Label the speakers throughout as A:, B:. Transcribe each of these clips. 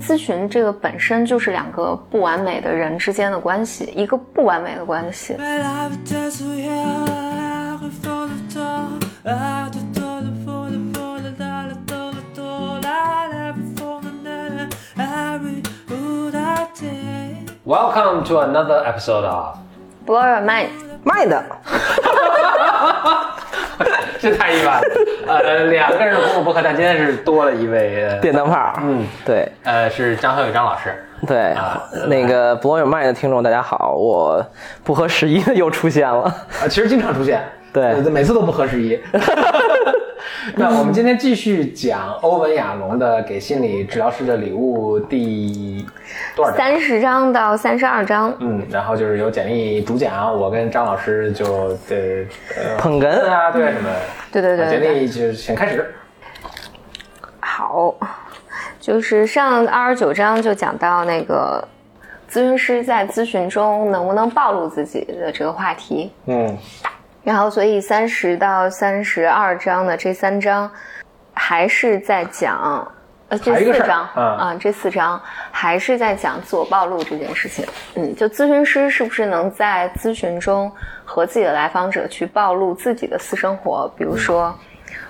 A: 咨询这个本身就是两个不完美的人之间的关系，一个不完美的关系。
B: Welcome to another episode of，
A: Blow your mind，
C: 卖的，
B: 这太意外了。 呃，两个人的公共博客，但今天是多了一位，呃
C: 电灯泡，
B: 嗯，
C: 对
B: 呃，是张小雨张老师。
C: 对
B: 啊，
C: 那个 Blow Your Mind 的听众，大家好，我不合时宜的又出现了，
B: 啊，其实经常出现，
C: 对
B: 呃每次都不合时 宜。那我们今天继续讲欧文亚龙的《给心理治疗师的礼物》第多少章？
A: 三十章到三十二章，
B: 嗯，然后就是由简历主讲，我跟张老师就呃呃
C: 捧哏
B: 啊，对什么？
A: 对对对对
B: 啊简
A: 对
B: 历就是请开始。
A: 好，就是上二十九章就讲到那个咨询师在咨询中能不能暴露自己的这个话题，
B: 嗯
A: 然后所以三十到三十二章的这三章还是在讲。呃，这
B: 还有一个
A: 四
B: 事儿
A: 章
B: 嗯
A: 啊、这四章还是在讲自我暴露这件事情。嗯，就咨询师是不是能在咨询中和自己的来访者去暴露自己的私生活？比如
B: 嗯
A: 说，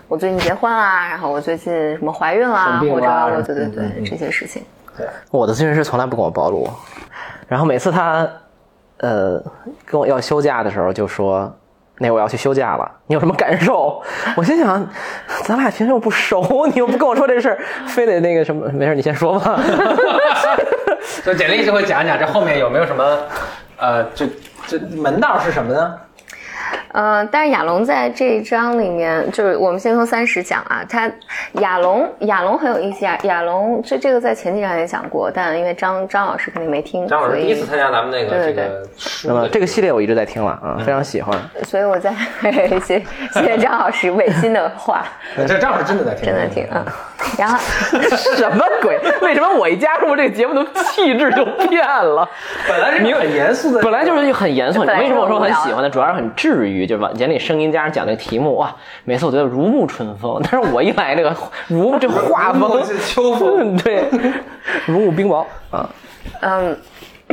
A: 我最近结婚啦，然后我最近什么怀孕啦，
B: 生病
A: 或者哦
B: 啦
A: 我对对对、
B: 嗯嗯嗯
A: 这些事情。
C: 我的咨询师从来不跟我暴露，然后每次他，呃，跟我要休假的时候就说，那我要去休假了，你有什么感受？我心想，咱俩平时又不熟，你又不跟我说这事 儿，非得那个什么，没事，你先说 吧。
B: 所以简历就会讲一讲这后面有没有什么，呃，这这门道是什么呢？
A: 呃，但是亚龙在这一章里面，就是我们先从三十讲啊，他亚龙亚龙很有意思啊，亚龙这这个在前几章也讲过，但因为张张老师肯定没听，
B: 张老
A: 所
B: 师
A: 以
B: 第一次参加咱们那个
A: 对对
B: 这个书
C: 那
B: 的
C: 么这个系列我一直在听了啊，非常喜欢。
A: 所以我在 谢谢谢张老师违心的话，
B: 这这张老师真的在听，
A: 真的挺啊。然后
C: 什么鬼？为什么我一加入这个节目，的气质就变了？
B: 本来是一个很严肃的，
C: 本来就是一个很严肃，
A: 本来
C: 为
A: 就是
C: 什么我说很喜欢呢？主要是很治愈，就是往简里声音加上讲那个题目，哇，每次我觉得如沐春风。 但是我一来这个如这画
B: 如
C: 风嗯
B: 沐是秋风，
C: 对，如沐冰雹啊，
A: 嗯。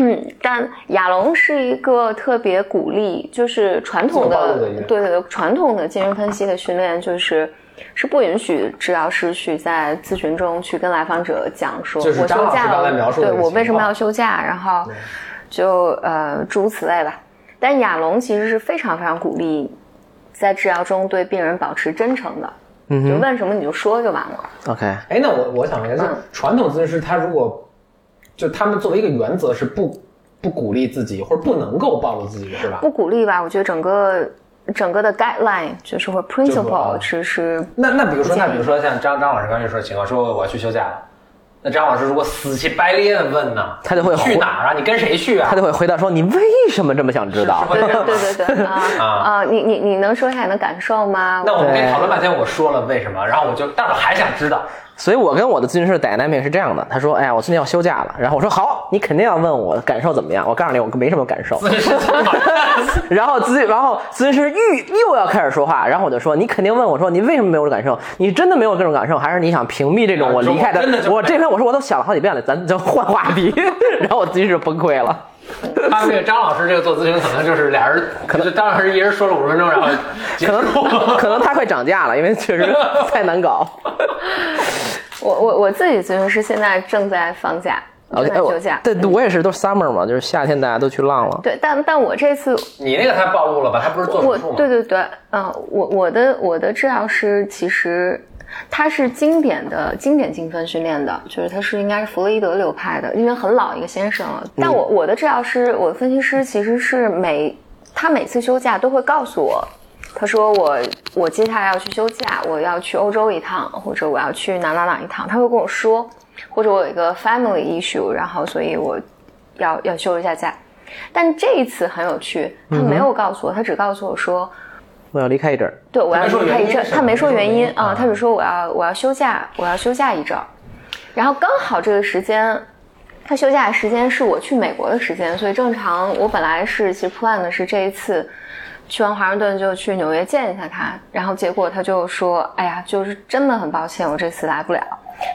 A: 嗯，但亚龙是一个特别鼓励，就是传统
B: 自我暴
A: 的
B: 露的一个
A: 对对对，传统的精神分析的训练就是。是不允许治疗师去在咨询中去跟来访者讲说，
B: 就是
A: 我
B: 张
A: 休
B: 老师
A: 假
B: 刚才
A: 了，
B: 描述的
A: 对
B: 这个
A: 我
B: 情
A: 为什么
B: 况
A: 要休假，然后就呃诸如此类吧。但亚龙其实是非常非常鼓励在治疗中对病人保持真诚的，
C: 嗯
A: 就
C: 哼
A: 问什么你就说就完了。
C: ，OK，
B: 哎，那我我想问一下，就是
A: 嗯
B: 传统咨询师他如果就他们作为一个原则是不不鼓励自己或者不能够暴露自己的是吧
A: 不？鼓励吧，我觉得整个整个的 guideline 就是或
B: 啊
A: principle 其实
B: 那那比如说，那比如说像张张老师刚才说的情况，说我要去休假了，那张老师如果死乞白咧的问呢，
C: 他就会
B: 去哪儿啊？你跟谁去啊
C: 他？就会回答说：“你为什么这么想知道
A: 对
B: 是
A: 对对对对啊
B: 啊
A: 啊！你你你能说一下你的感受吗？
B: 那我们跟你
C: 对
B: 讨论半天，我说了为什么，然后我就，但我还想知道，？”
C: 所以，我跟我的咨询师 dynamic 是这样的，他说：“哎呀，我最近要休假了。”然后我说：“好，你肯定要问我感受怎么样。”我告诉你，我没什么感受。
B: 咨询师怎么
C: 然后咨，然后咨询师又又要开始说话，然后我就说，你肯定问我说，你为什么没有这种感受？你真的没有这种感受，还是你想屏蔽这种我离开的
B: 啊真的？就
C: 我这篇我说我都想了好几遍了，咱就换话题。 然后我咨询师崩溃了，
B: 他们这个张老师这个做咨询，可能就是俩人，可能就张老师一人说了五十分钟，然后结
C: 可
B: 束。
C: 能可能他快涨价了，因为确实太难搞。
A: 我我我自己咨询师现在正在放假，正
C: OK，
A: 在
C: 哎我
A: 休假。
C: 对，我也是，都是 summer 嘛，就是夏天大家都去浪了。
A: 对，但但我这次
B: 你那个太暴露了吧？他不是做
A: 我
B: 手术吗？
A: 对对对，嗯、我我的我的治疗师其实他是经典的经典精分训练的，就是他是应该是弗洛伊德流派的，因为很老一个先生了。
B: 嗯
A: 但我我的治疗师，我的分析师其实是每他每次休假都会告诉我。他说我我接下来要去休假，我要去欧洲一趟，或者我要去哪哪哪一趟，他会跟我说，或者我有一个 family issue，然后所以我要要休一下假。但这一次很有趣，他没有告诉我，他只告诉我说，
C: 我要离开一阵儿，
A: 对我要
B: 他没说
A: 离开
B: 原因
A: 一阵儿，
B: 是吧
A: 他没说
B: 没说
A: 原
B: 原因
A: 因啊
B: 啊，
A: 他只说我要我要休假，我要休假一阵儿。然后刚好这个时间，他休假的时间是我去美国的时间，所以正常我本来是其实 plan 的是这一次。去完华盛顿就去纽约见一下他，然后结果他就说：“哎呀，就是真的很抱歉，我这次来不了。”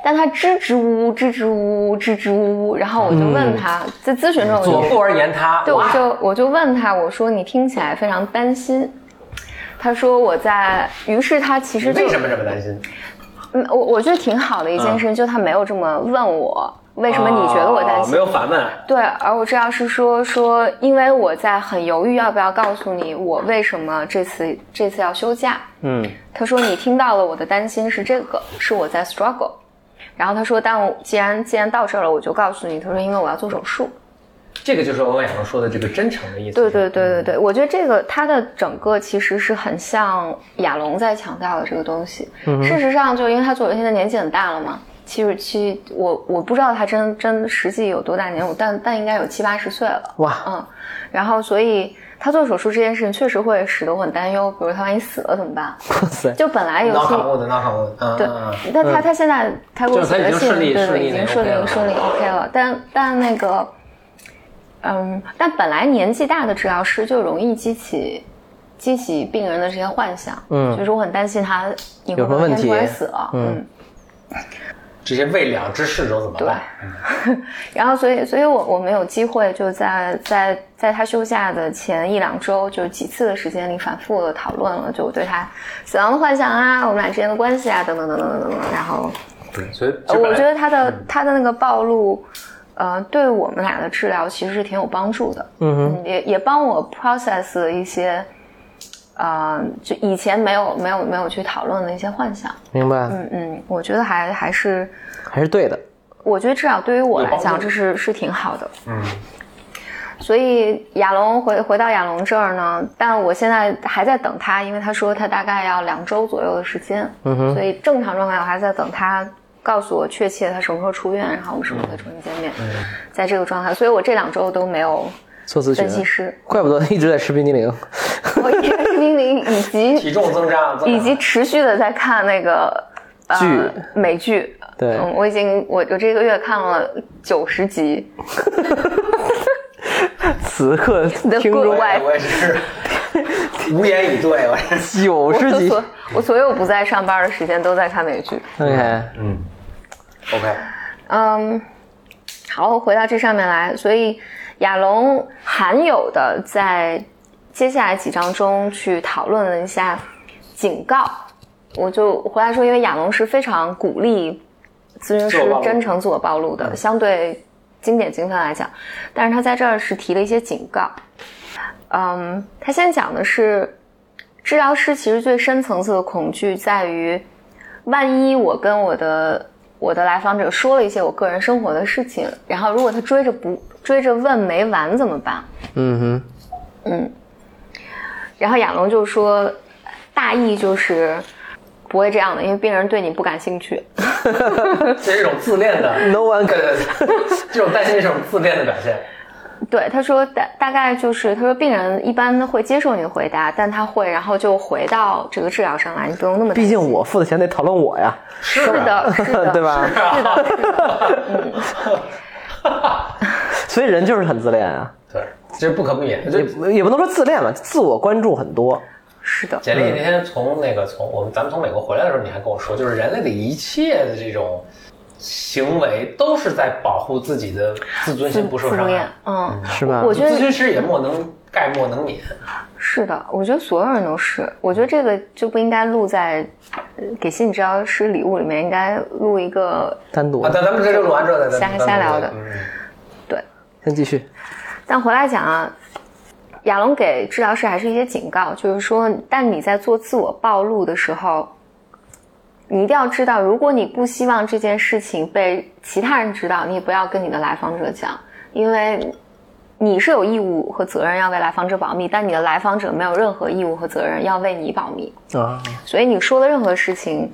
A: 但他支支吾吾、支支吾吾、支支吾吾，然后我就
B: 嗯
A: 问他，在咨询中我
B: 左
A: 就
B: 腹而言他，
A: 对，我
B: 哇
A: 就我就问他，我说你听起来非常担心。他说我在，于是他其
B: 你
A: 实就
B: 为什么这嗯么担心？
A: 嗯我我觉得挺好的一件事，就他没有这么问我为什么你觉得我担
B: 哦
A: 心
B: 没。有反问，
A: 对，而我这要是说说，因为我在很犹豫要不要告诉你我为什么这次这次要休假。
C: 嗯，
A: 他说你听到了我的担心是这个，是我在 struggle。然后他说，但我既然既然到这儿了，我就告诉你，他说因为我要做手术。
B: 这个就是欧文亚龙说的这个真诚的意思。
A: 对
B: 嗯
A: 对对对对，我觉得这个它的整个其实是很像亚龙在强调的这个东西。事实上，就因为他作为现在年纪很大了嘛，七十七，我我不知道他真真实际有多大年龄，但但应该有七八十岁了。
C: 哇，
A: 嗯，然后所以他做手术这件事情确实会使得我很担忧，比如他万一死了怎么办？
C: 哇塞，
A: 就本来有
B: ，knock
A: 些
B: on wood，knock on wood，
A: 对
B: 嗯，
A: 但他他现在他给我
B: 就是他
A: 写
B: 已
A: 的
B: 经
A: 信，
B: 顺利
A: 对
B: 顺利
A: 对，已经
B: 那
A: 顺利
B: OK 了
A: 顺利 OK 了。但但那个，嗯，但本来年纪大的治疗师就容易激起激起病人的这些幻想，
C: 嗯
A: 就是我很担心他以后
C: 有什么
A: 哪
C: 问
A: 天
C: 题
A: 突然死了，
C: 嗯
A: 嗯
B: 这些未了之事都怎么
A: 对
B: 办？。
A: 然后所以所以我我们有机会就在在在他休假的前一两周，就几次的时间里反复的讨论了，就我对他死亡的幻想啊，我们俩之间的关系啊，等等等等等等等，然后。
B: 对，所以
A: 呃
B: 就本
A: 我
B: 来嗯
A: 觉得他的他的那个暴露，呃，对我们俩的治疗其实是挺有帮助的，
C: 嗯哼，
A: 也也帮我 process 了一些，呃，就以前没有没有没有去讨论的一些幻想。
C: 明白，
A: 嗯嗯，我觉得还还是，
C: 还是对的。
A: 我觉得至少对于我
B: 有
A: 来
B: 帮助
A: 讲，这是是挺好的。
B: 嗯，
A: 所以亚龙回回到亚龙这儿呢，但我现在还在等他，因为他说他大概要两周左右的时间，
C: 嗯哼
A: 所以正常状态我还在等他告诉我确切他什么时候出院，然后我们什么时候再重新见面，
B: 嗯
A: 在这个状态，所以我这两周都没有
C: 做咨询
A: 分，析师，
C: 怪不得一直在吃冰激凌。
A: 我一直是濒临以及
B: 体重增长，增长
A: 以及持续的在看那个。呃
C: 剧
A: 美剧，
C: 对
A: 嗯，我已经我我这个月看了九十集，
C: 此刻
A: The
C: 听
B: 我
C: 众
A: Good
B: 也我也 是无言以对，我是
C: 九
A: 我
C: 十
A: 就
C: 集
A: 所我所有不在上班的时间都在看美剧，
C: ，OK，
B: 嗯，OK，
A: 嗯，好，回到这上面来，所以亚龙罕有的在接下来几章中去讨论了一下警告。我就回来说，因为亚龙是非常鼓励咨询
B: 自我
A: 师
B: 暴露嗯
A: 真诚自我暴露的，相对经典经分来讲，但是他在这儿是提了一些警告。嗯，他先讲的是，治疗师其实最深层次的恐惧在于，万一我跟我的我的来访者说了一些我个人生活的事情，然后如果他追着不追着问没完怎么办？嗯
C: 嗯哼，
A: 然后亚龙就说，大意就是不会这样的，因为病人对你不感兴趣。
B: 这是一种自恋的
C: No one
B: 对对 对，这种担心是一种自恋的表现。
A: 对，他说大大概就是，他说病人一般会接受你的回答，但他会然后就回到这个治疗上来，你不用那么
C: 毕竟
A: 担心
C: 我付的钱得讨论我呀，
A: 是 的，是的，
C: 对吧
A: 是的，是的
B: 啊
C: 所以人就是很自恋啊，
B: 对，这不可避免。就
C: 也不也不能说自恋吧，自我关注很多。
A: 是的，
B: 简历
C: 嗯
B: 那天从那个从我们咱们从美国回来的时候，你还跟我说，就是人类的一切的这种行为都是在保护自己的自尊心不受伤
A: 自
B: 啊害
A: 恋。，嗯，
C: 是吧
A: 我觉
B: 咨
A: 得
B: 询师也莫能盖莫能免，
A: 是的，我觉得所有人都是。我觉得这个就不应该录在呃给心理治疗师礼物里面，应该录一个。
C: 单独
B: 啊，，但咱们这就录完之后再再
A: 瞎
B: 单独
A: 瞎聊的
B: 嗯
C: 先继续。
A: 但回来讲啊，亚龙给治疗师还是一些警告，就是说，但你在做自我暴露的时候，你一定要知道，如果你不希望这件事情被其他人知道，你也不要跟你的来访者讲，因为你是有义务和责任要为来访者保密，但你的来访者没有任何义务和责任要为你保密，
C: 啊，
A: 所以你说的任何事情。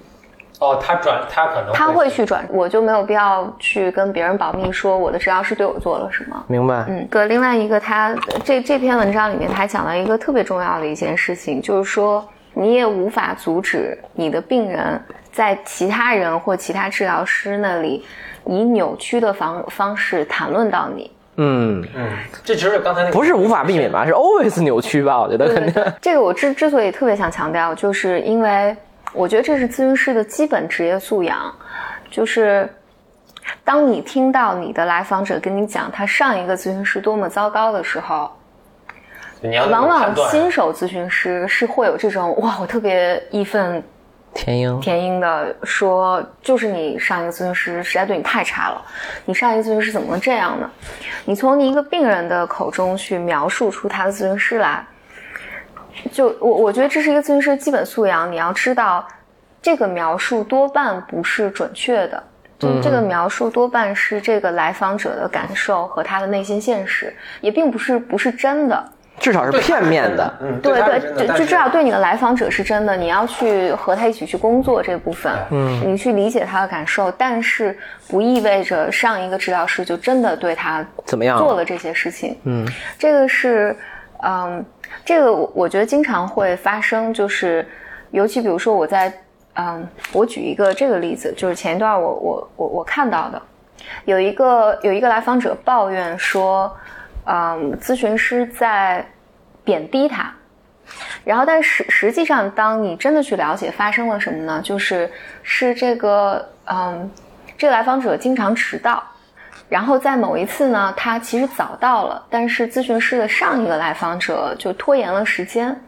B: 哦，他转他可能
A: 他会去转，我就没有必要去跟别人保密说我的治疗师对我做了什么。
C: 明白。
A: 嗯，对，另外一个他这这篇文章里面，他还讲了一个特别重要的一件事情，就是说你也无法阻止你的病人在其他人或其他治疗师那里以扭曲的方方式谈论到你。
C: 嗯，
B: 嗯，这其实刚才那个
C: 不是无法避免吧，是 always 扭曲吧？我觉得 肯定。
A: 这个我之之所以特别想强调，就是因为我觉得这是咨询师的基本职业素养。就是当你听到你的来访者跟你讲他上一个咨询师多么糟糕的时候，
B: 你要怎么
A: 往往
B: 判断
A: 新手咨询师是会有这种哇，我特别义愤
C: 天鹰，
A: 填膺的说，就是你上一个咨询师实在对你太差了，你上一个咨询师怎么能这样呢？你从你一个病人的口中去描述出他的咨询师来，就我我觉得这是一个咨询师基本素养，你要知道这个描述多半不是准确的。就是这个描述多半是这个来访者的感受和他的内心现实，也并不是不是真的。
C: 至少是片面的。
B: 嗯，
A: 对
B: 他是真的
A: 对，就
B: 但
A: 就是至少对你的来访者是真的，你要去和他一起去工作这部分，嗯，你去理解他的感受，但是不意味着上一个治疗师就真的对他
C: 怎么样
A: 做了这些事情，
C: 嗯，
A: 这个是，嗯，这个我我觉得经常会发生，就是尤其比如说我在，嗯，我举一个这个例子，就是前一段我我我我看到的，有一个有一个来访者抱怨说，嗯，咨询师在贬低他。然后，但实实际上，当你真的去了解发生了什么呢？就是是这个，嗯，这个来访者经常迟到，然后在某一次呢，他其实早到了，但是咨询师的上一个来访者就拖延了时间，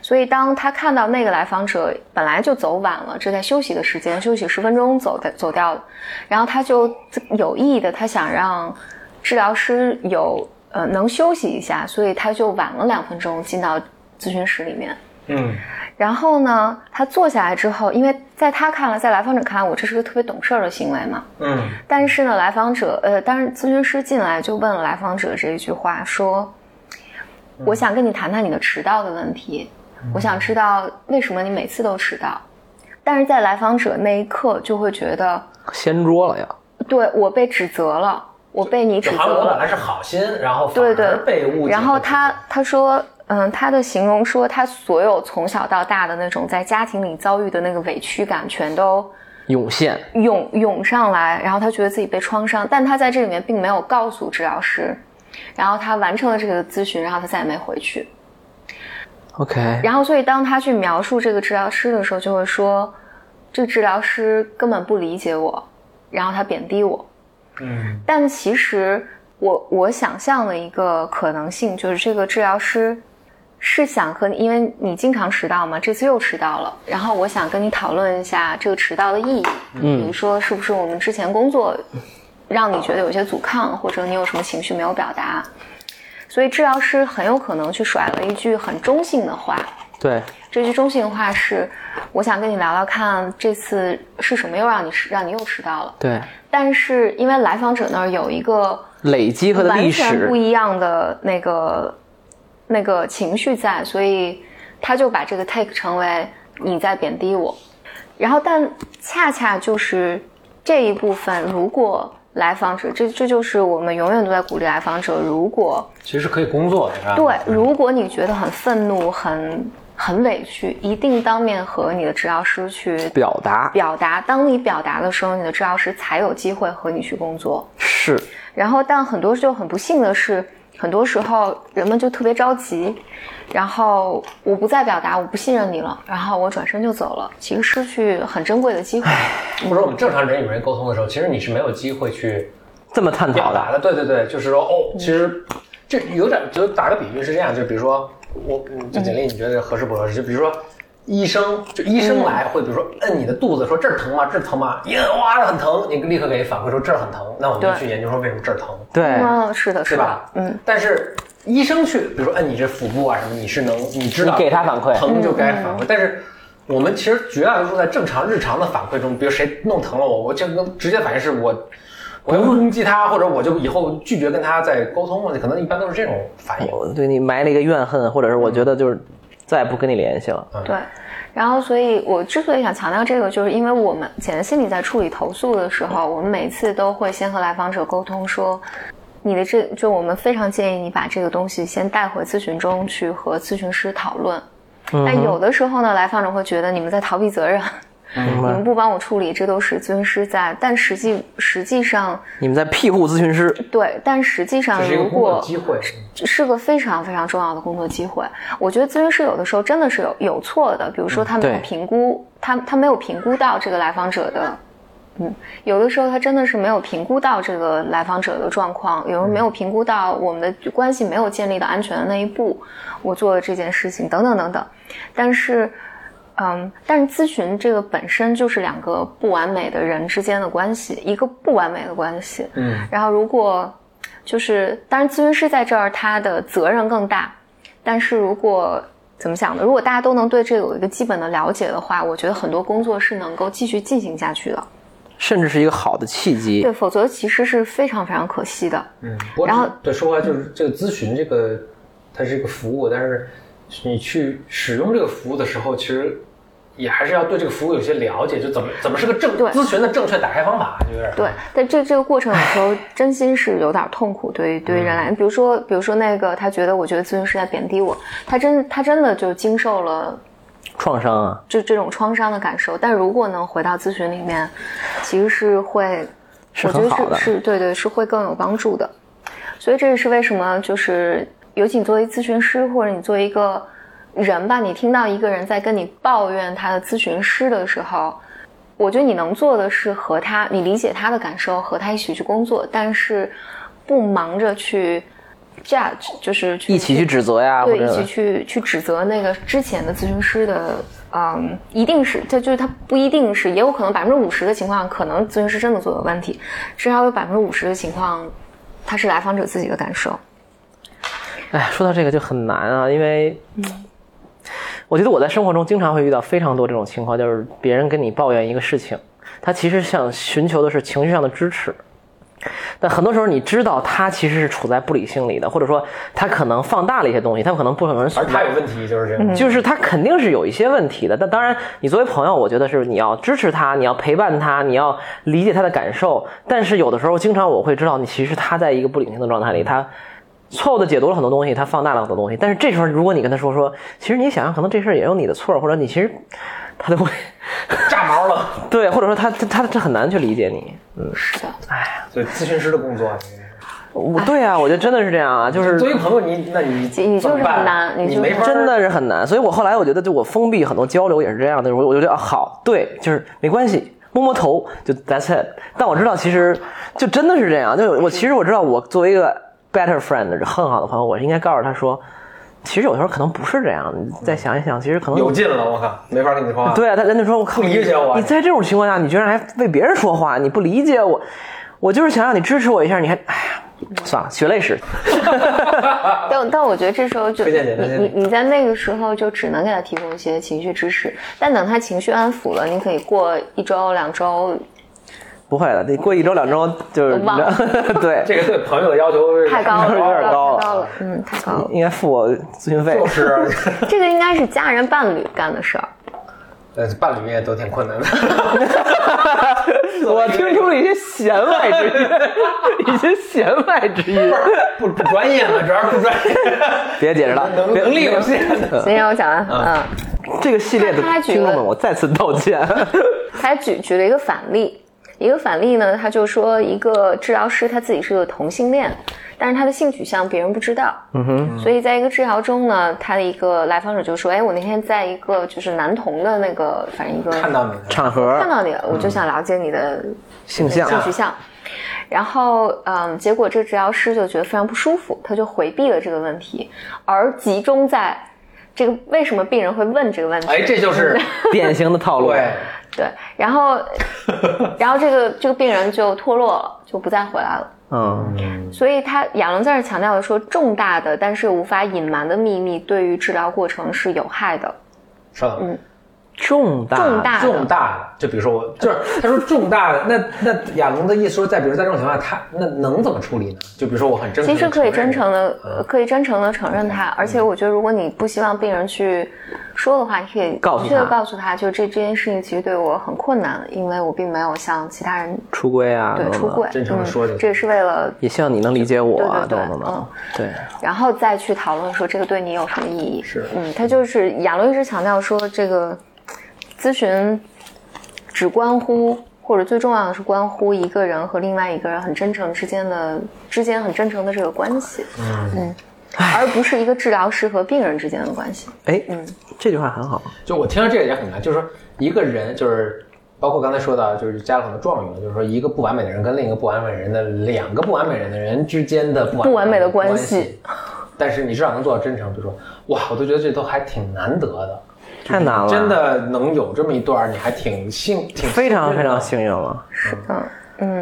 A: 所以当他看到那个来访者本来就走晚了，正在休息的时间，休息十分钟走的走掉了，然后他就有意的，他想让治疗师有呃能休息一下，所以他就晚了两分钟进到咨询室里面。
B: 嗯，
A: 然后呢，他坐下来之后，因为在他看来，在来访者看来，我这是个特别懂事儿的行为嘛，
B: 嗯，
A: 但是呢，来访者呃，当然咨询师进来就问了来访者这一句话，说：“
B: 嗯
A: 我想跟你谈谈你的迟到的问题，我想知道为什么你每次都迟到。”但是在来访者那一刻就会觉得，
C: 掀桌了呀！
A: 对我被指责了，我被你指
B: 就
A: 责
B: 好像我
A: 了
B: 本。来是好心，然后反
A: 对对
B: 而被误解。
A: 然后他他说，嗯，他的形容说，他所有从小到大的那种在家庭里遭遇的那个委屈感，全都
C: 涌现，
A: 涌涌上来，然后他觉得自己被创伤，但他在这里面并没有告诉治疗师，然后他完成了这个咨询，然后他再也没回去。
C: OK，
A: 然后，所以当他去描述这个治疗师的时候，就会说，这个治疗师根本不理解我，然后他贬低我。
B: 嗯，
A: 但其实我我想象的一个可能性就是，这个治疗师是想和你，因为你经常迟到嘛，这次又迟到了，然后我想跟你讨论一下这个迟到的意义，比如说是不是我们之前工作让你觉得有些阻抗，或者你有什么情绪没有表达，所以治疗师很有可能去甩了一句很中性的话，
C: 对，
A: 这句中性话是，我想跟你聊聊看，这次是什么又让你迟，让你又迟到了。
C: 对，
A: 但是因为来访者那儿有一个
C: 累积和的
A: 完
C: 历
A: 全不
C: 史，
A: 一样的那个那个情绪在，所以他就把这个 take 成为你在贬低我。然后，但恰恰就是这一部分，如果来访者，这这就是我们永远都在鼓励来访者，如果
B: 其实是可以工作的，
C: 啊
B: 是吧？
A: 对，如果你觉得很愤怒、很很委屈，一定当面和你的治疗师去
C: 表达
A: 表达。当你表达的时候，你的治疗师才有机会和你去工作。
C: 是
A: 然后，但很多就很不幸的是，很多时候人们就特别着急，然后我不再表达，我不信任你了，然后我转身就走了，其实失去很珍贵的机会。
B: 或者我们正常人与人沟通的时候，其实你是没有机会去
C: 这么探讨
B: 表
C: 的
B: 达。的。对对对，就是说
A: 嗯
B: 哦，其实这有点，就打个比喻是这样，就比如说我，嗯就简历你觉得合适不合适？就比如说。医生就医
A: 嗯
B: 生来会，比如说摁你的肚子，说这儿疼吗？这儿疼吗？一摁哇，很疼，你立刻给反馈说这儿很疼，那我们就
A: 对
B: 去研究说为什么这儿疼。
C: 对，
A: 嗯，是的，
B: 是
A: 是的
B: 吧，？
A: 嗯，，
B: 但是医生去，比如说按你这腹部啊什么，你是能你知道
C: 你给他反馈嗯
B: 疼就该反馈。但是我们其实绝大多数在正常日常的反馈中，比如谁弄疼了我，我这个直接反应是我我要攻击他，或者我就以后拒绝跟他再沟通了，可能一般都是这种反应。
C: 我对你埋了一个怨恨，或者是
A: 嗯
C: 我觉得就是再也不跟你联系了。
A: 对。然后，所以我之所以想强调这个，就是因为我们简单心理在处理投诉的时候，我们每次都会先和来访者沟通说，你的这就我们非常建议你把这个东西先带回咨询中去和咨询师讨论。
C: 嗯
A: 但有的时候呢，来访者会觉得你们在逃避责任，
C: 明
A: 你们
C: 白？
A: 不帮我处理，这都是咨询师在。但实际实际上，
C: 你们在庇护咨询师，
A: 对，但实际上
B: 这是一个
A: 如
B: 工
A: 果
B: 作机会，
A: 是个非常非常重要的工作机会。我觉得咨询师有的时候真的是有有错的，比如说他没有
C: 对
A: 评估，他他没有评估到这个来访者的嗯有的时候他真的是没有评估到这个来访者的状况，有时候没有评估到我们的关系没有建立到安全的那一步，我做了这件事情等等等等。但是，嗯，但是咨询这个本身就是两个不完美的人之间的关系，一个不完美的关系。
B: 嗯，
A: 然后如果就是，当然咨询师在这儿他的责任更大，但是如果怎么讲呢？如果大家都能对这个有一个基本的了解的话，我觉得很多工作是能够继续进行下去的。
C: 甚至是一个好的契机
A: 对，。否则其实是非常非常可惜的。
B: 嗯，不过
A: 然后
B: 对说话就是这个咨询这个，它是一个服务，但是你去使用这个服务的时候，其实也还是要对这个服务有些了解，就怎么怎么是个正
A: 对
B: 咨询的正确打开方法，就有点
A: 对，但这这个过程有时候真心是有点痛苦，对于对于人来，比如说比如说那个他觉得我觉得咨询师在贬低我，他真他真的就经受了
C: 创伤啊，
A: 就这种创伤的感受。但如果能回到咨询里面，其实是会，
C: 是
A: 我觉
C: 很好
A: 得
C: 的
A: 是是对对，是会更有帮助的。所以这也是为什么，就是尤其你作为咨询师，或者你作为一个人吧，你听到一个人在跟你抱怨他的咨询师的时候，我觉得你能做的是和他，你理解他的感受，和他一起去工作，但是不忙着去 judge，就是去
C: 一起去指责啊呀，或
A: 对，一
C: 者
A: 起去去指责那个之前的咨询师的，嗯，一定是，他就是他不一定是，也有可能百分之五十的情况，可能咨询师真的做有问题，至少有百分之五十的情况，他是来访者自己的感受。
C: 哎，说到这个就很难啊，因为，
A: 嗯
C: 我觉得我在生活中经常会遇到非常多这种情况，就是别人跟你抱怨一个事情，他其实想寻求的是情绪上的支持，但很多时候你知道他其实是处在不理性里的，或者说他可能放大了一些东西，他可能不可能
B: 而他有问题就是这
A: 嗯
B: 样。
C: 就是他肯定是有一些问题的。但当然，你作为朋友，我觉得是你要支持他，你要陪伴他，你要理解他的感受。但是有的时候，经常我会知道，你其实他在一个不理性的状态里，他错误的解读了很多东西，他放大了很多东西。但是这时候，如果你跟他说说，其实你想想，可能这事儿也有你的错，或者你其实他都会
B: 炸毛了，
C: 对，啊或者说他他他他很难去理解你。
A: 是的，
B: 对咨询师的工作，
C: 我对啊，我觉得真的是这样啊， 就是
B: 作为朋友你那你
A: 你就是
B: 怎么办
A: 很难你
B: 你
A: 就是
B: 没法
C: 真的是很难。所以我后来我觉得，就我封闭很多交流也是这样的，我我就觉得啊，好，对，就是没关系。摸摸头就 that's it，但我知道其实就真的是这样，就我其实我知道我作为一个 better friend 很好的朋友，我应该告诉他说，其实有时候可能不是这样，你再想一想，其实可能
B: 有劲了，我靠，没法跟你说话。
C: 对啊，他人家说我靠，
B: 不理解我
C: 你在这种情况下，你居然还为别人说话，你不理解我，我就是想让你支持我一下，你还哎呀，算了，血泪史，
A: 但但我觉得这时候就
B: 推
A: 你
B: 荐你推荐你
A: 你你在那个时候就只能给他提供一些情绪支持，但等他情绪安抚了，你可以过一周两周，
C: 不会的，得过一周两周就是
A: 都忘了
C: 对，
B: 这个对朋友的要求是
A: 太高了，
C: 有点高
A: 太
C: 了
A: 高了，嗯，太高了。
C: 应该付我咨询费
B: 就。 是，
A: 这个应该是家人伴侣干的事儿。
B: 呃，伴侣也都挺困难的。
C: 我听出了一些弦外之音，一些弦外之音。
B: 不不专业嘛，主要是不专业，
C: 别解释了，
B: 能
C: 别
B: 能力有限。
A: 行，让我讲完，嗯。
C: 这个系列的
A: 他他举
C: 听
A: 了
C: 众们，我再次道歉。
A: 他举举了一个反例，一个反例呢，他就说一个治疗师他自己是个同性恋，但是他的性取向别人不知道，嗯哼，所以在一个治疗中呢，他的一个来访者就说，哎，我那天在一个就是男同的那个，反正一个
B: 看到你了，
C: 场合
A: 看到你了，我就想了解嗯你的
C: 性向
A: 性取向。然后，嗯，结果这个治疗师就觉得非常不舒服，他就回避了这个问题，而集中在这个为什么病人会问这个问题，
B: 哎，这就是
A: 嗯
C: 典型的套路。
B: 对，
A: 对，然 后，然后这个这个病人就脱落了，就不再回来了。
C: 嗯，
A: 所以他亚龙在这儿强调的说，重大的但是无法隐瞒的秘密对于治疗过程是有害的。
B: 是吧？
C: 重大
A: 重嗯大的
B: 重大的，就比如说我，就是他说重大的，那那亚龙的意思说，在比如在这种情况下，他那能怎么处理呢？就比如说我很真诚，
A: 其实可以真诚，的，呃可以真诚的承认它。
C: 嗯
A: 而且我觉得，如果你不希望病人去说的话，你可以
C: 告诉
A: 明确的
C: 他
A: 告诉他，就这这件事情其实对我很困难，因为我并没有向其他人
C: 出轨啊，
A: 对
C: 等等
A: 出柜。
B: 真诚地说就
A: 嗯，这也是为了，
C: 也希望你能理解我啊，
A: 对对对嗯
C: 等等等。对，
A: 然后再去讨论说这个对你有什么意义。
B: 是
A: 嗯，他就是亚伦医师强调说，这个咨询只关乎或者最重要的是关乎一个人和另外一个人很真诚之间的之间很真诚的这个关系，嗯，而不是一个治疗师和病人之间
C: 嗯
A: 的关系。
C: 哎，这句话很好。
B: 就我听到这个也很难，就是说一个人就是包括刚才说到，就是加了很多状语嘛，就是说一个不完美的人跟另一个不完美人的两个不完美人的人之间的不完
A: 不完美的关
B: 关
A: 系
B: 系。但是你至少能做到真诚，就说哇，我都觉得这都还挺难得的，
C: 太难了，
B: 真的能有这么一段儿，你还挺幸，挺
C: 非常非常
B: 幸
C: 幸运了。哎
A: 是的，嗯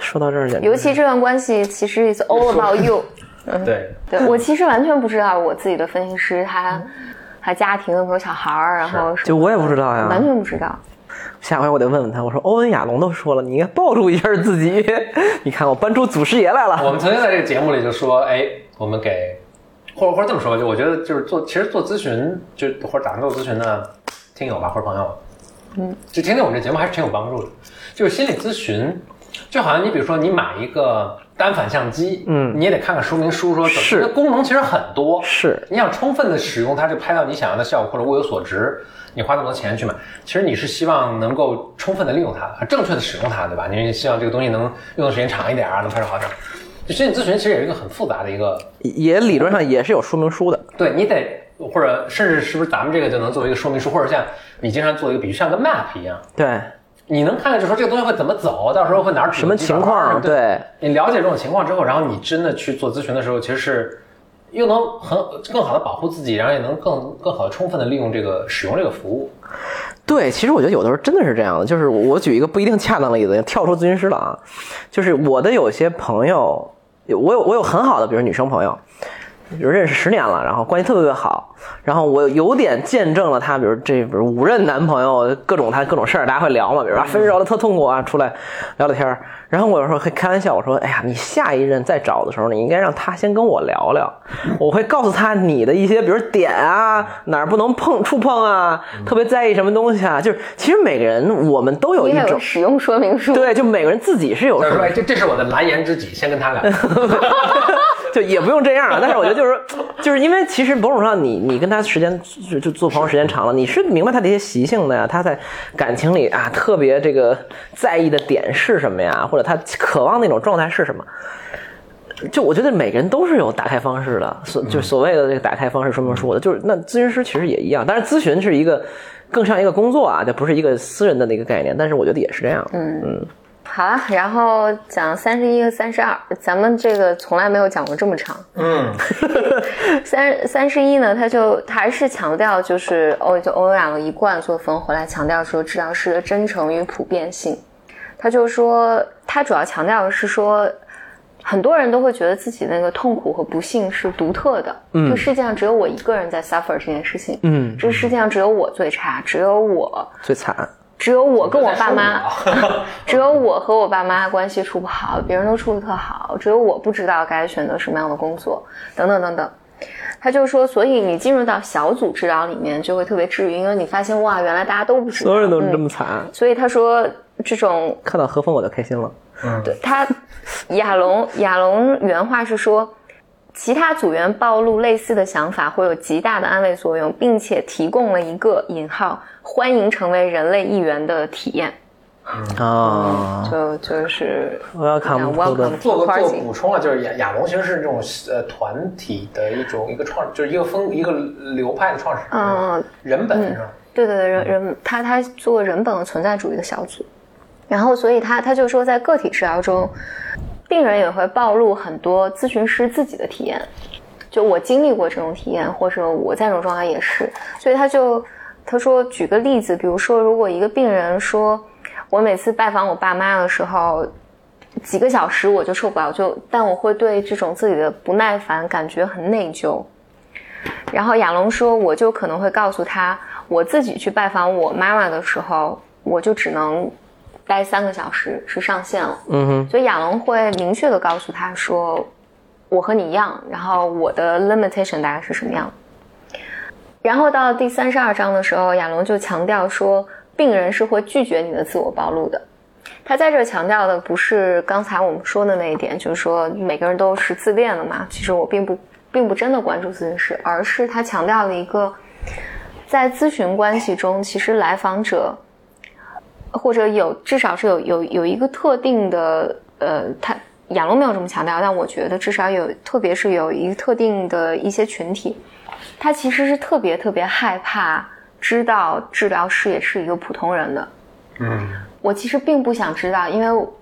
C: 说到这儿，简直
A: 尤其这段关系其实 is all about you。
B: 运的。对，
A: 对我其实完全不知道我自己的分析师他他家庭有没有小孩儿，然后
C: 就我也不知道呀
A: 完。全不知道。
C: 下回我得问问他，我说欧文亚龙都说了，你应该抱住一下自己。 你看我搬出祖师爷来了。
B: 我们曾经在这个节目里就说，哎，我们给，或者或者这么说吧，就我觉得就是做，其实做咨询就或者打算做咨询的听友吧，或者朋友，嗯，就听听我们这节目还是挺有帮助的。就是心理咨询，就好像你比如说你买一个单反相机，
C: 嗯
B: 你也得看看说明书说怎么，
C: 是
B: 它功能其实很多，
C: 是
B: 你想充分的使用它，就拍到你想要的效果或者物有所值，你花那么多钱去买，其实你是希望能够充分的利用它，正确的使用它，对吧？你是希望这个东西能用的时间长一点啊，能拍出好点儿。就心理咨询其实也是一个很复杂的一个，
C: 也理论上也是有说明书的，
B: 对你得或者甚至是不是咱们这个就能作为一个说明书，或者像你经常做一个比喻，像个 map 一样，
C: 对，
B: 你能看看就说这个东西会怎么走，到时候会哪儿指
C: 什么
B: 几拐弯
C: 情况？啊
B: 对
C: 对，
B: 你了解这种情况之后，然后你真的去做咨询的时候，其实是又能很更好的保护自己，然后也能更更好的充分的利用这个使用这个服务。
C: 对，其实我觉得有的时候真的是这样的，就是我我举一个不一定恰当的例子，跳出咨询师了啊，就是我的有些朋友，有我有我有很好的，比如女生朋友，比如认识十年了，然后关系特别特别好，然后我有点见证了她，比如这比如五任男朋友各种她各种事儿，大家会聊嘛，比如啊分手了特痛苦啊，出来聊聊天儿，然后我有时候会开玩笑，我说，哎呀，你下一任再找的时候，你应该让他先跟我聊聊，我会告诉他你的一些，比如点啊，哪儿不能碰触碰啊，特别在意什么东西啊，就是其实每个人我们都有
A: 应
C: 一
A: 该有
C: 种
A: 个。使用说明书。
C: 对，就每个人自己是有
B: 他
C: 什
B: 说：“
C: 么
B: 哎，这这是我的蓝颜知己，先跟他 俩。
C: 就也不用这样了。啊但是我觉得就是就是因为其实某种上你你跟他时间就就做朋友时间长了，你是明白他的一些习性的呀。他在感情里啊特别这个在意的点是什么呀，或者他渴望那种状态是什么。就我觉得每个人都是有打开方式的，所就所谓的这个打开方式说明书的，就是那咨询师其实也一样，但是咨询是一个更像一个工作啊，这不是一个私人的那个概念，但是我觉得也是这样。
A: 好啊，然后讲三十一和三十二，咱们这个从来没有讲过这么长。”
B: 嗯，
A: 三三十一呢，他就他还是强调，就是欧就欧亚的一贯作风，回来强调说治疗师的真诚与普遍性。他就说，他主要强调的是说，很多人都会觉得自己那个痛苦和不幸是独特的，这个世界上只有我一个人在 suffer 这件事情，
C: 嗯，
A: 这个世界上只有我最差，只有我，
C: 最惨，
A: 只有我跟我爸妈，
B: 在说啊 我
A: 只有我和我爸妈关系处不好，别人都处的特好，只有我不知道该选择什么样的工作，等等等等。他就说，所以你进入到小组治疗里面就会特别治愈，因为你发现哇，原来大家都不知道，
C: 所有人都是这
A: 嗯
C: 么惨，
A: 所以他说，这种
C: 看到何峰我就开心了。
A: 对他，亚龙亚龙原话是说，其他组员暴露类似的想法会有极大的安慰作用，并且提供了一个（引号）欢迎成为人类一员的体验，
C: 啊、
A: 就就是
C: 我要看
A: Yeah,
C: 不透的
A: welcome
B: 做个做
A: Party
B: 补充了，啊就是亚亚龙其实是这种呃团体的一种一个创，就是一个风一个流派的创始人，
A: 嗯，
B: 人本上
A: 对对对，人人他他做过人本和存在主义的小组，然后所以他他就说，在个体治疗中，病人也会暴露很多咨询师自己的体验，就我经历过这种体验，或者我在这种状态也是，所以他就他说举个例子，比如说如果一个病人说，我每次拜访我爸妈的时候。几个小时我就受不了，就但我会对这种自己的不耐烦感觉很内疚，然后亚龙说，我就可能会告诉他，我自己去拜访我妈妈的时候，我就只能待三个小时是上限了。
C: 嗯哼，
A: 所以亚龙会明确的告诉他说，我和你一样，然后我的 limitation 大概是什么样。然后到第三十二章的时候，亚龙就强调说，病人是会拒绝你的自我暴露的。他在这儿强调的不是刚才我们说的那一点，就是说每个人都是自恋的嘛。其实我并不并不真的关注咨询师，而是他强调了一个，在咨询关系中，其实来访者或者有至少是有有有一个特定的呃，他亚龙没有这么强调，但我觉得至少有，特别是有一个特定的一些群体，他其实是特别特别害怕知道治疗师也是一个普通人的。
B: 嗯
A: 我其实并不想知道，因为我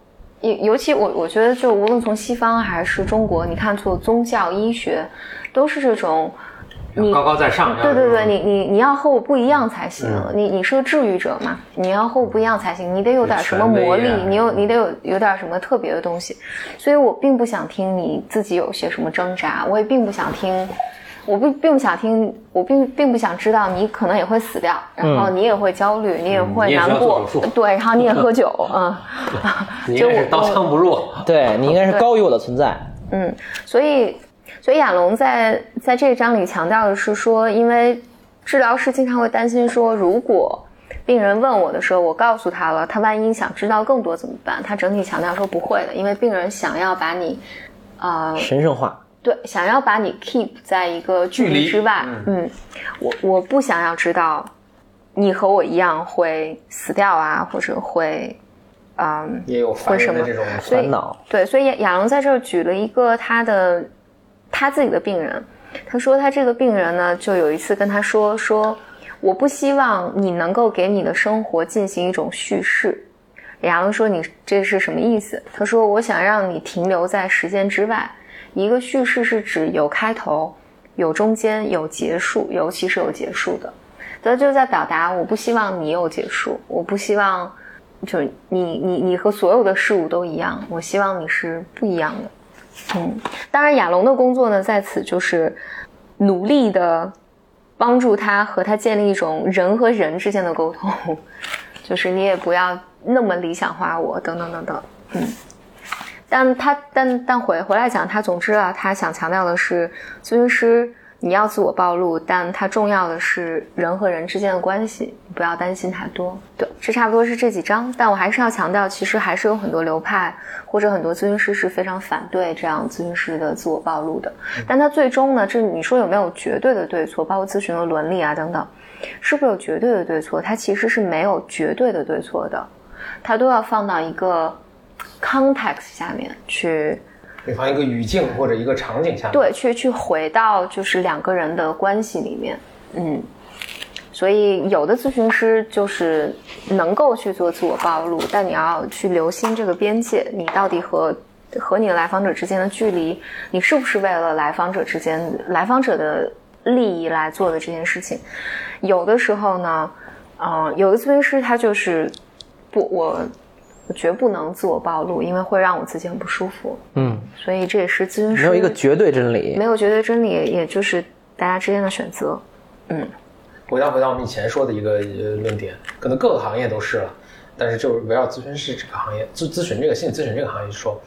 A: 尤尤其我我觉得，就无论从西方还是中国，你看做宗教、医学，都是这种你
B: 高高在上。
A: 对对对，你你你要和我不一样才行。
B: 嗯
A: 你你是个治愈者嘛，你要和我不一样才行。你得有点什么魔力
B: 有权威啊，
A: 你有你得有有点什么特别的东西。所以我并不想听你自己有些什么挣扎，我也并不想听，我并并不想听，我并并不想知道你可能也会死掉，然后
B: 嗯
A: 你也会焦虑，你也会
B: 你也需要
A: 难过
B: 做手术，
A: 对，然后你也喝 酒，嗯，
B: 你
A: 就
B: 也是
A: 我
B: 刀枪不入。
C: 对你应该是高于我的存在。
A: 嗯，所以，所以亚龙在在这一章里强调的是说，因为治疗师经常会担心说，如果病人问我的时候，我告诉他了，他万一想知道更多怎么办？他整体强调说不会的，因为病人想要把你，啊、
C: 神圣化，
A: 对，想要把你 keep 在一个距
B: 距
A: 离
B: 离
A: 之外。嗯我我不想要知道你和我一样会死掉啊，或者会，嗯，
B: 也有烦人的这种
A: 所以
C: 烦恼
A: 对，所以亚亚龙在这儿举了一个他的他自己的病人，他说他这个病人呢，就有一次跟他说说，我不希望你能够给你的生活进行一种叙事。亚龙说你这是什么意思？他说我想让你停留在时间之外。一个叙事是指有开头、有中间、有结束，尤其是有结束的。他就在表达，我不希望你有结束，我不希望就是你你你和所有的事物都一样，我希望你是不一样的。嗯，当然亚龙的工作呢，在此就是努力的帮助他和他建立一种人和人之间的沟通， 就是你也不要那么理想化我，等等等等。但他但但回回来讲，他总之啊，他想强调的是，咨询师你要自我暴露，但他重要的是人和人之间的关系，你不要担心太多。对，这差不多是这几章，但我还是要强调，其实还是有很多流派或者很多咨询师是非常反对这样咨询师的自我暴露的。但他最终呢，这你说有没有绝对的对错，包括咨询的伦理啊等等，是不是有绝对的对错？它其实是没有绝对的对错的，它都要放到一个 context 下面去，
B: 你放一个语境或者一个场景下，，
A: 对，去去回到就是两个人的关系里面，嗯，所以有的咨询师就是能够去做自我暴露，但你要去留心这个边界，你到底和和你的来访者之间的距离，你是不是为了来访者之间来访者的利益来做的这件事情？有的时候呢，嗯、有的咨询师他就是不我。我绝不能自我暴露，因为会让我自己很不舒服。
C: 嗯，
A: 所以这也是咨询师
C: 没有一个绝对真理
A: 没。有绝对真理，也就是大家之间的选择。
B: 回到回到我们以前说的一个呃论点，可能各个行业都是了，但是就是围绕咨询师这个行业，咨咨询这个心理咨询这个行业说，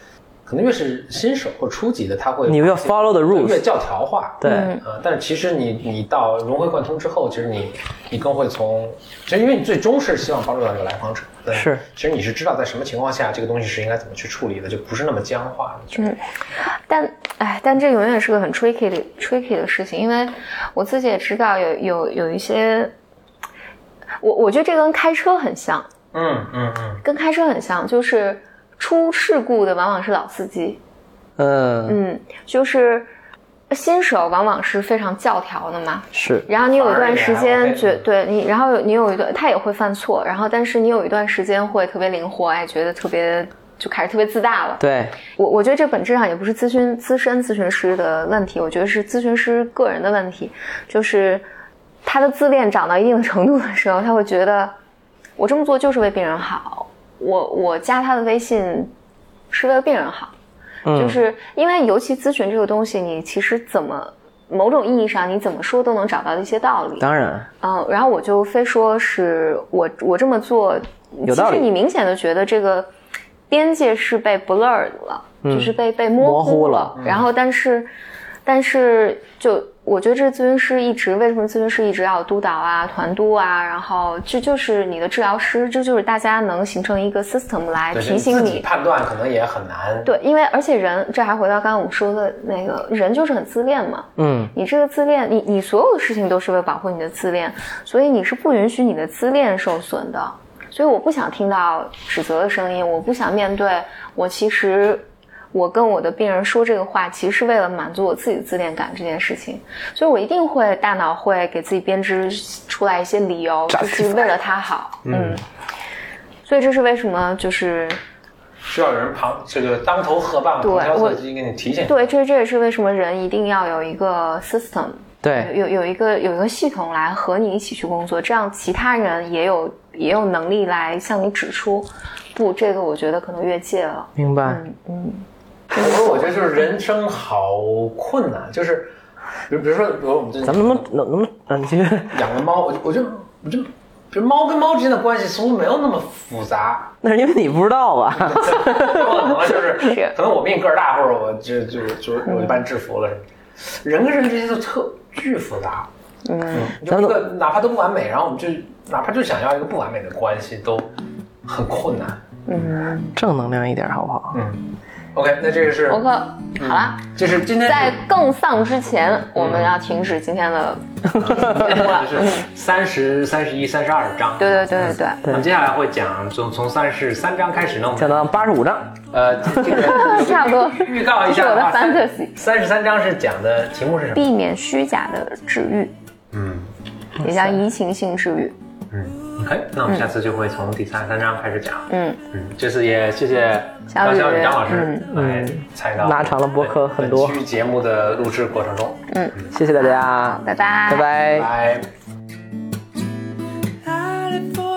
B: 可能越是新手或初级的，他会
C: 你要 follow the
B: 越
C: rules，
B: 教条化，
C: 对
A: 嗯
B: 啊，但是其实你你到融会贯通之后，其实你你更会从，其实因为你最终是希望帮助到这个来访者，对
C: 是，
B: 其实你是知道在什么情况下这个东西是应该怎么去处理的，就不是那么僵化的，就是
A: 但哎，但这永远是个很 tricky 的 tricky 的事情，因为我自己也知道有有有一些，我我觉得这跟开车很像，
B: 嗯嗯嗯，
A: 跟开车很像，就是出事故的往往是老司机，
C: 嗯，
A: 嗯，就是新手往往是非常教条的嘛，
C: 是
A: 然后你有一段时
B: 反而也
A: 间
B: 还
A: 觉
B: OK
A: 对你，然后有你有一段他也会犯错，然后但是你有一段时间会特别灵活，哎，觉得特别就开始特别自大了。
C: 对，
A: 我我觉得这本质上也不是咨询资深咨询师的问题，我觉得是咨询师个人的问题，就是他的自恋长到一定的程度的时候，他会觉得我这么做就是为病人好，我我加他的微信是为了病人好，
C: 嗯
A: 就是因为尤其咨询这个东西，你其实怎么某种意义上你怎么说都能找到一些道理，
C: 当然
A: 嗯，然后我就非说是我我这么做，
C: 有道
A: 其
C: 理
A: 实你明显的觉得这个边界是被 blur 了，就是被被模
C: 嗯模糊
A: 了
C: 了。
A: 然
B: 嗯
A: 后但是、但是就我觉得这咨询师一直为什么咨询师一直要督导啊、团督啊，然后这就是你的治疗师，这就是大家能形成一个 system 来
B: 对，
A: 提
B: 就
A: 醒
B: 自己判断可能也很难，
A: 对，因为而且人，这还回到刚刚我们说的那个人就是很自恋嘛，
C: 嗯，
A: 你这个自恋，你你所有的事情都是为了保护你的自恋，所以你是不允许你的自恋受损的。所以我不想听到指责的声音，我不想面对我其实我跟我的病人说这个话，其实是为了满足我自己的自恋感这件事情。所以我一定会大脑会给自己编织出来一些理由，就是为了他好。嗯，所以这是为什么就是
B: 需要有人旁这个当头喝棒，
A: 对
B: 旁敲
A: 我
B: 侧击给你提醒。
A: 对，这这也是为什么人一定要有一个 system，
C: 对，
A: 有有一个有一个系统来和你一起去工作，这样其他人也有也有能力来向你指出，不，这个我觉得可能越界了。
C: 明白。
A: 嗯嗯，
B: 我说我觉得就是人生好困难，就是比如比如说，比如我们最近
C: 咱们能不能能能不能，嗯，其实
B: 养了猫，我就我就我就，比如猫跟猫之间的关系似乎没有那么复 杂，
C: 那是因为你不知道啊。
B: 可能就是
A: 是
B: 可能我比你个儿大，或者我就就就
C: 嗯
B: 我就把你制服了什么。人跟人之间就特巨复杂，嗯，就
C: 咱
B: 一
C: 们
B: 个哪怕都不完美，然后我们就哪怕就想要一个不完美的关系都很困难。
C: 正能量一点好不好？
B: 嗯，OK，那这个是
A: 我可好啦。
B: 这是今天是
A: 在更丧之前，我们要停止今天的节目了。
B: 就是三十三十一、三十二章。
A: 对对对对对，
B: 我们接下来会讲从从三十三章开始呢，我
C: 讲
B: 们
C: 到八十五章，
B: 呃这这 个
A: 差不多。
B: 预告一
A: 这
B: 下
A: 是我的
B: 话，三
A: fantasy
B: 三十三章是讲的题目是什么？
A: 避免虚假的治愈，
B: 嗯
A: 也叫移情性治愈。
B: 嗯，OK，那我们下次就会从第三十三章开始讲。
A: 嗯，
B: 嗯，这次也谢谢
A: 小
B: 张
A: 雨
B: 小雨张老师来
C: 嗯
B: 参与到
C: 拉长了播客很多
B: 本期节目的录制过程中，
C: 谢谢大家，
A: 拜拜
C: 拜。拜
B: 拜。
D: Out for